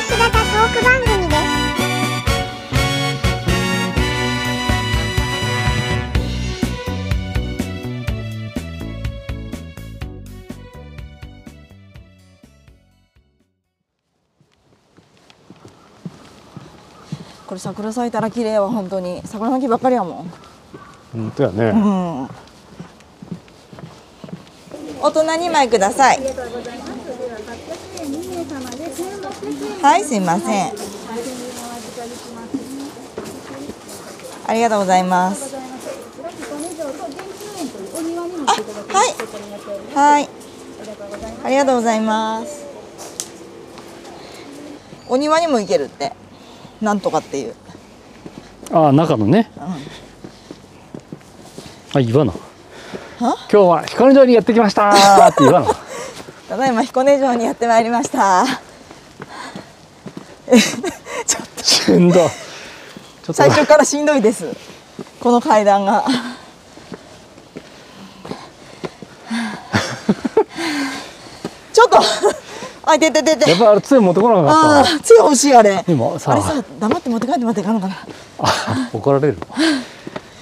ーク番組ですこれ桜咲いたら綺麗は本当に桜の木ばっかりやもん本当やね、うん大人2枚くださいはいすいませんありがとうございますあはいはいありがとうございますお庭にも行けるってなんとかっていうああ中のね、あ言わな今日は彦根城にやってきましたーって言 わなただいま彦根城にやってまいりました。しんどいちょっと最初からしんどいです。この階段が。ちょっと。あ、いてててて。やっぱりあれ杖持ってこなかあったあ、杖欲しいあれ。でもさあれさ、黙って持って帰って待っていかんのかな。あ怒られる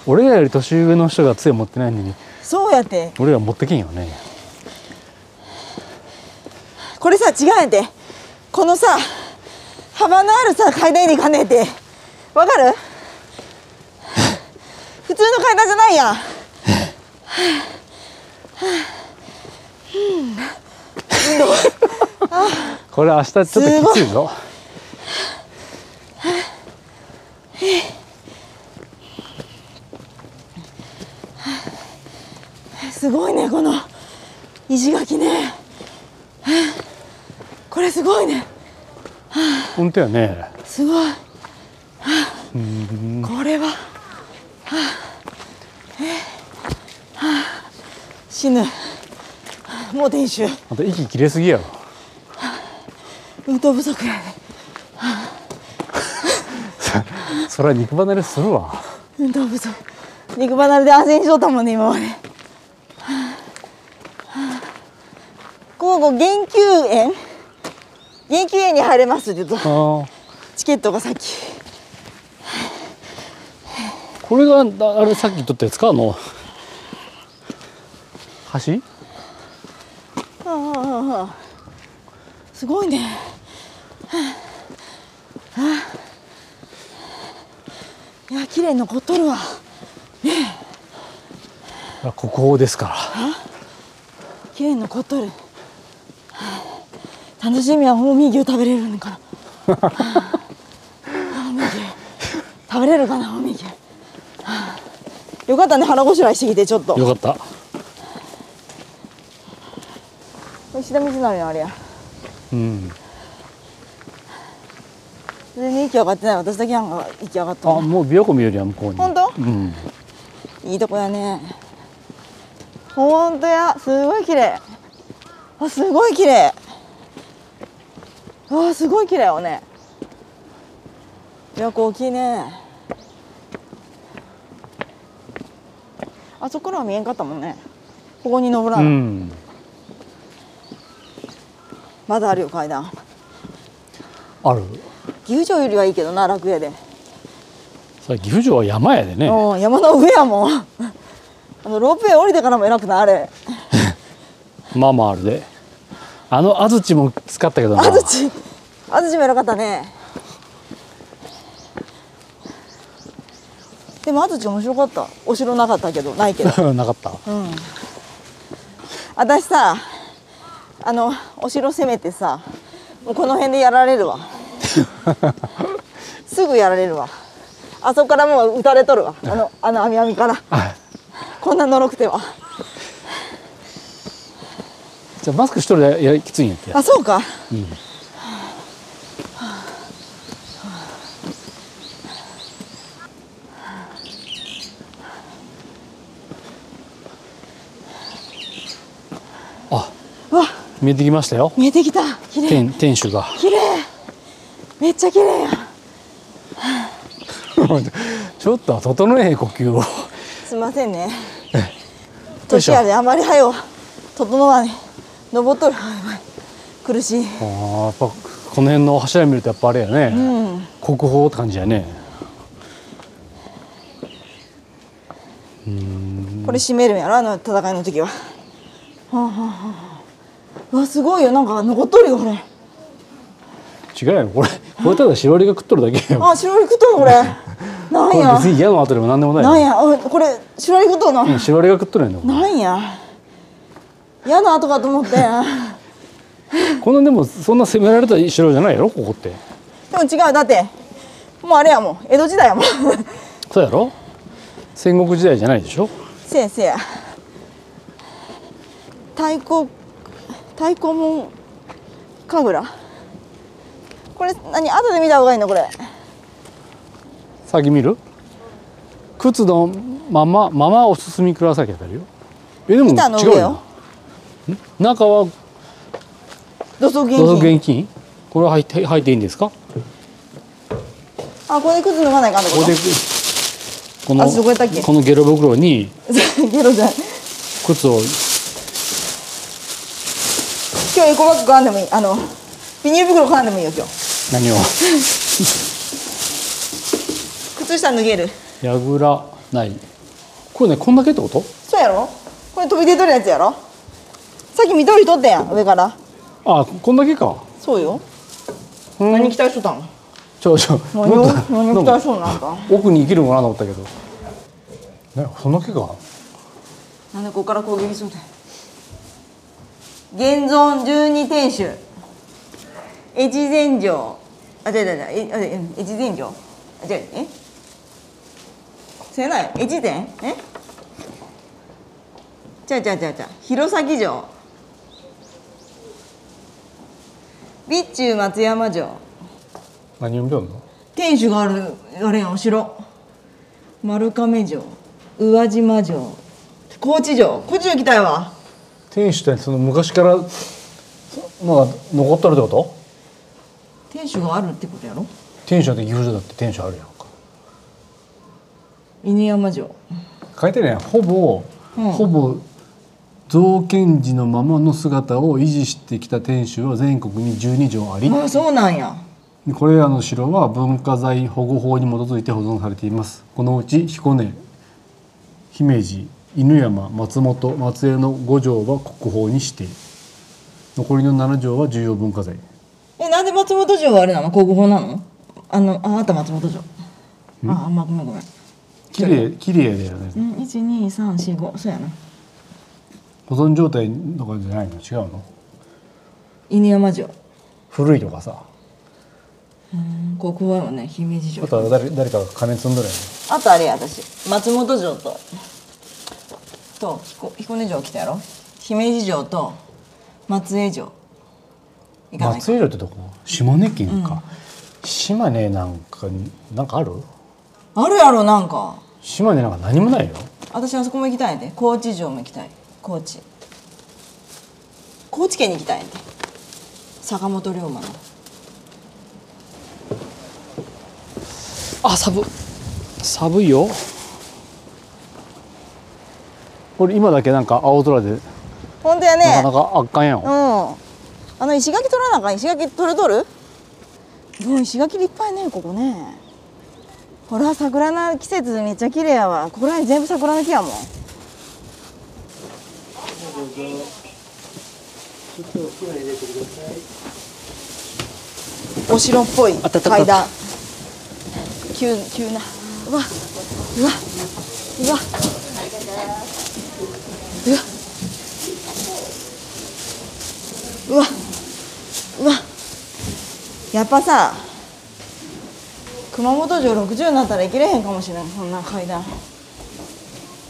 俺らより年上の人が杖持ってないのにそうやって。俺ら持ってけんよねこれさ、違うんやて。このさ。幅のあるさ、階段に行かねえて。わかる。 普通の階段じゃないやん。これ明日ちょっときついぞすごいねこの石垣ねはあこれすごいね本当やねすごい、はあこれは、はあえーはあ死ぬはあもう天守あと息切れすぎやろ運動不足やねそりゃ肉離れするわ運動不足肉離れで安静にしとったもんね今まではあはあここ元久園元久園に入れますって言うとあーチケットがさっきこれがああれさっき取ったやつかあの橋ああああああすごいね。はあはあいや綺麗に残っとるわ。あ国宝ですから綺麗に残っとる。はあ楽しみは近江牛食べれるのかな。はあ近江牛食べれるかな近江牛。はあよかったね腹ごしらえしてきてちょっと よ。かった石田道成のあれや。うん全然息上がってない私だけやんが息上がっあとる。もう琵琶湖見えるやん向こうに本当うんいいとこだね。ほんとや、すごい綺麗。あ、すごい綺麗。あ、すごい綺麗よね。琵琶湖大きいね。あそこからは見えんかったもんね。ここに登ら、うんんまだあるよ階段。ある牛城よりはいいけどな楽屋で。さ岐阜城は山やでねうん、山の上やもん。 あのロープウェイ降りてからも偉くないあれ。まあまああるであの安土も使ったけどな安土安土も偉かったねでも安土面白かったお城なかったけどない けどなかった私さあのお城攻めてさもうこの辺でやられる わすぐやられるわあそこからもう撃たれとるわあのあの網網からこんなのろくてはじゃあマスクしとるでやきついんやってあそうかうんあうわ見えてきましたよ見えてきた綺麗天天守 が綺麗めっちゃ綺麗やんちょっと整えへん呼吸をすいませんねえ。年やであまり早う整わない。登っとる。あやばい苦しい。あーやっぱこの辺の柱見るとやっぱあれやね、国宝って感じやねこれ閉めるんやろあの戦いの時ははあ、はあはあ、うわすごいよなんか残っとるよこれ違うよこれこれただ白ロリが食っとるだけよあ白いくとるこれな こんれや別に嫌な後でも何でもないなんやあこれ白いくとるのうん白ロリが食っとるんやねこなんや嫌な跡かと思 ってでれこのでもそんな責められた城じゃないやろここっても違うだってもうあれやもん江戸時代やもんそうやろ戦国時代じゃないでしょせやせや太鼓太鼓門神楽これ何後で見た方がいいのこれ先見る靴のままままお進みくださいって書いてあるよえでも板の違う上よよ中は土足現土足金現金これは入って入っていいんですかあこれで靴脱がないかんってこここでこあそこやったっけのこのゲロ袋にと ゲロじゃない靴を今日エコバッグ買わんでもいいあのビニール袋買わんでもいいよ今日 何を靴下脱げるやぐらないこれねこんだけってことそうやろこれ飛び出とるやつやろさっき緑取ったやん上からあこんだけかそうようん何期待しとったのちょちょ何もをっと何なを期んか待しとんのあんた奥に生きるのかなと思ったけどねそんだけかなんでここから攻撃するんだよ現存十二天守越前城あ違う違う違うえあえ越前城あ違うえせない越前えじゃじゃじゃじゃ弘前城備中松山城何を見とんの天守があるあれやんお城丸亀城宇和島城高知城高知城行きたいわ天守ってその昔からのが残っとるってこと天守があるってことやろ天守だって岐阜城だって天守あるやんか犬山城書いてねほぼ、うんほぼ造建時のままの姿を維持してきた天守は全国に12城あり、あそうなんやこれらの城は文化財保護法に基づいて保存されていますこのうち彦根姫路犬山松本松江の5城は国宝に指定残りの7城は重要文化財えなんで松本城はあれなの国宝なのあのああなた松本城ああまあごめんごめん綺麗綺麗だよね、うん12345そうやな保存状態とかじゃないの違うの犬山城古いとかさうん国宝はね姫路あ城とは誰誰かが金積んどるやんあとあれや私松本城とと彦彦根城来たやろ姫路城と松江城行かないか松江城ってどこ島根県か、島根なんかになんかあるあるやろなんか島根なんか何もないよ私あそこも行きたいんやで高知城も行きたい高知高知県に行きたいんやで坂本龍馬のあ寒い寒いよこれ今だけなんか青空でな本当やねかなか圧巻やん、うんあの石垣取らなあかん石垣取れとるうん石垣立派やねここねほら桜の季節めっちゃ綺麗やわここら辺全部桜の木やもんお城っぽいあったあったあった階段急急なうわうわうわうわうわやっぱさ熊本城60になったら行けれへんかもしれんこんな階段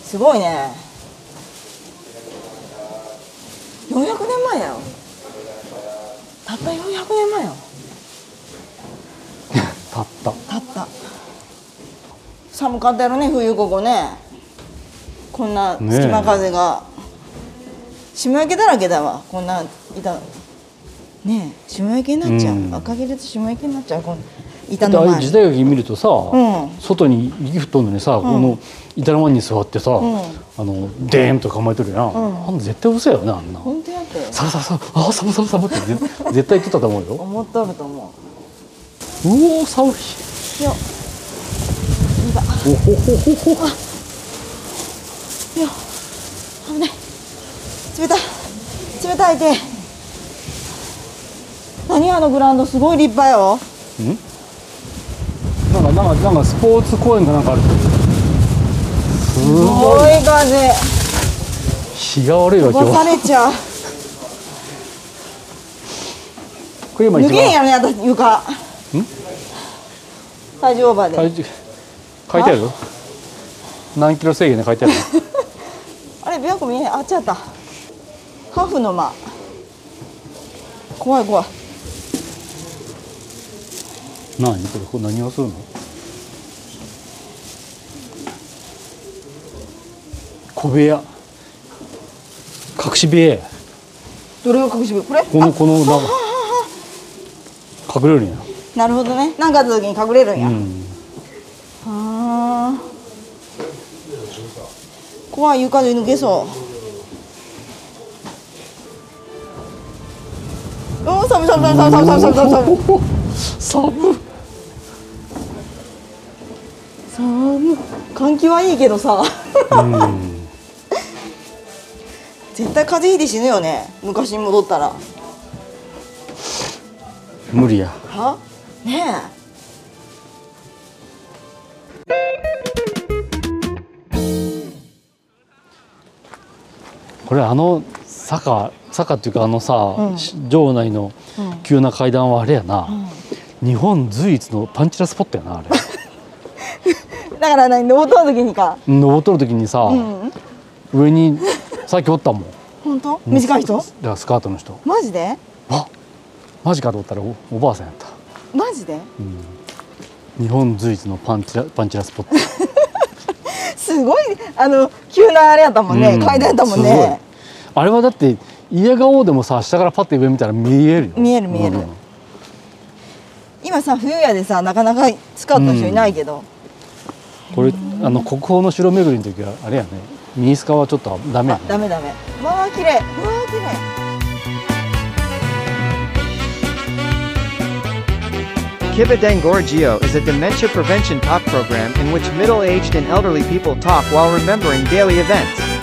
すごいね400年前だよたった400年前よたったたった寒かったやろね冬ここねこんな隙間風が、霜焼けだらけだわこんないたねえ霜焼けになっちゃう、うん赤切れと霜焼けになっちゃうこの板のだから前時代劇見るとさ、ん外に雪降っとんのにさ、この板の前に座ってさ、あのデーンと構えとるやん、あんな絶対嘘やよねあんな本当やっってサラサラサラあーサブサブサブって絶絶対言ってたと思うよ思っとると思うおーサオヒうよっ2番おほほほほよっ危ない冷たい冷たい手何あのグラウンドすごい立派よんなんかなんかなんかスポーツ公園かなんかあるすすごごいい風日が悪いわ今飛ばさ日れちゃうこれ今抜一けへん番やろね私床体重オーバーで体重書いてあるよ何キロ制限で書いてあるよあれ琵琶湖見えへんあっちゃったハーフの間怖い怖い 何これこれ何をするの小部屋隠し部屋どれが隠し部これこのこのなんか隠れるんやなるほどね何かあった時に隠れるんや、うんあー怖い床で抜けそうおー寒い寒い寒い寒い寒い寒い寒い寒い寒っ寒い換気はいいけどさうん絶対風邪ひいて死ぬよね昔に戻ったら無理やはねこれあの坂坂っていうかあのさ、うんし城内のうん急な階段はあれやな、え日本随一のパンチラスポットやなあれだから何登った時にか登っとる時にさ、うん上にさっきおったもん本当短い人だからスカートの人マジであマジかと思ったらおおばあさんやった、マジでうん日本随一のパンチラパンチラスポットすごいあの急なあれやったもんね、うん階段やったもんすごいねあれはだって家が王でもさ下からパッて上見たら見えるよ見える見える今さ冬やでさなかなか使った人いないけど、これあの国宝の城巡りの時はあれやねミニスカはちょっとダメやねダメダメわあ綺麗わあ綺麗 Kibidan Gorgio is a dementia prevention talk program in which middle aged and elderly people talk while remembering daily events.